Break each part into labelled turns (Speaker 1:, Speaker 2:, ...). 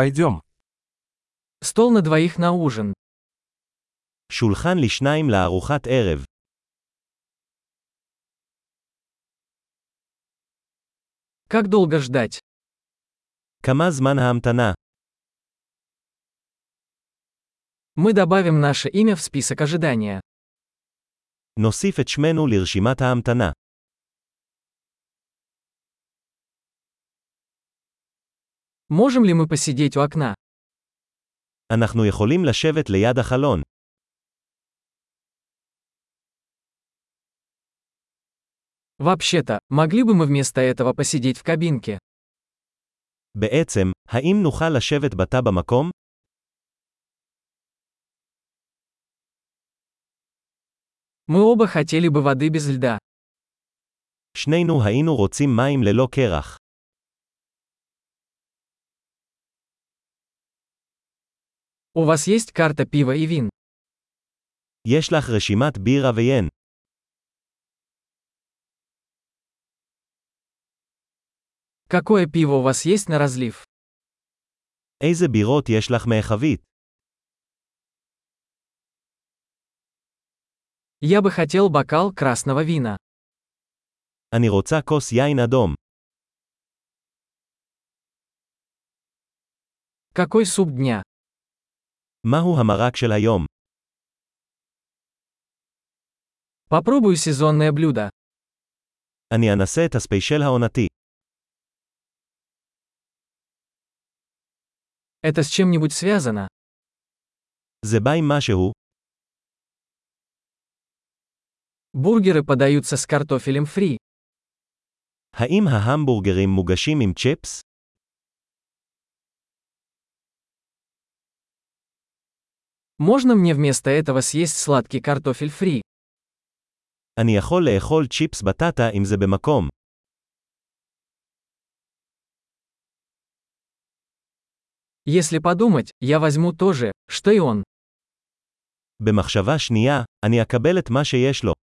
Speaker 1: Пойдем.
Speaker 2: Стол на двоих на ужин.
Speaker 3: שולחן לשניים לארוחת ערב.
Speaker 2: Как долго ждать?
Speaker 3: כמה זמן ההמתנה?
Speaker 2: Мы добавим наше имя в список ожидания.
Speaker 3: נוסיף את שמנו לרשימת ההמתנה.
Speaker 2: Можем ли мы посидеть у окна?
Speaker 3: אנחנו יכולים לשבת ליד החלון.
Speaker 2: Вообще-то, могли бы мы вместо этого посидеть в кабинке?
Speaker 3: בעצם, האם נוכל לשבת בתא במקום?
Speaker 2: Мы оба хотели бы воды без льда.
Speaker 3: שנינו היינו רוצים מים ללא קרח.
Speaker 2: У вас есть карта пива и вин?
Speaker 3: יש לך רשימת בירה ויין.
Speaker 2: Какое пиво у вас есть на разлив?
Speaker 3: איזה בירות יש לך מהחבית?
Speaker 2: Я бы хотел бокал красного вина.
Speaker 3: אני רוצה כוס יין אדום.
Speaker 2: Какой суп дня?
Speaker 3: מהו המרק של היום?
Speaker 2: Попробую сезонное блюдо.
Speaker 3: אני אנסה את הספיישל העונתי.
Speaker 2: Это с чем-нибудь связано?
Speaker 3: זה בא עם משהו,
Speaker 2: Бургеры подаются с картофелем фри.
Speaker 3: האם ההמבורגרים מוגשים עם צ'יפס?
Speaker 2: Можно мне вместо этого съесть сладкий картофель фри?
Speaker 3: אני יכול לאכול צ'יפס בטטה אם זה במקום.
Speaker 2: Если подумать, я возьму то же, что и он.
Speaker 3: במחשבה שנייה, אני אקבל את מה שיש לו.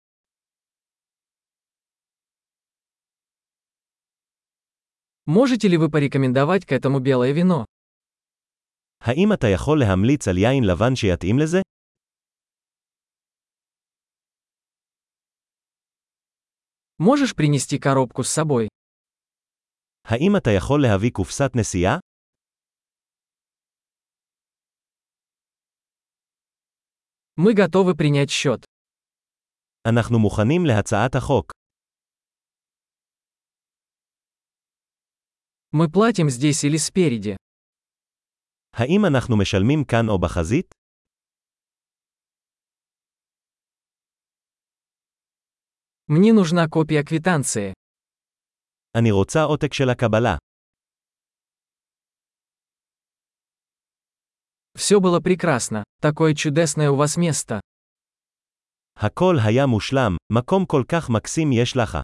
Speaker 2: Можете ли вы порекомендовать к этому белое вино?
Speaker 3: האם אתה יכול להמליץ על יין לבן שיתאים לזה?
Speaker 2: Можешь принести коробку с собой?
Speaker 3: האם אתה יכול להביא קופסת נסיעה?
Speaker 2: Мы готовы принять счет.
Speaker 3: אנחנו מוכנים להצעת החוק.
Speaker 2: Мы платим здесь или спереди.
Speaker 3: האם אנחנו משלמים כאן או בחזית?
Speaker 2: Мне нужна копия квитанции.
Speaker 3: אני רוצה עותק של הקבלה.
Speaker 2: Все было прекрасно. Такое чудесное у вас место.
Speaker 3: הכל היה מושלם, מקום כל כך מקסים יש לך.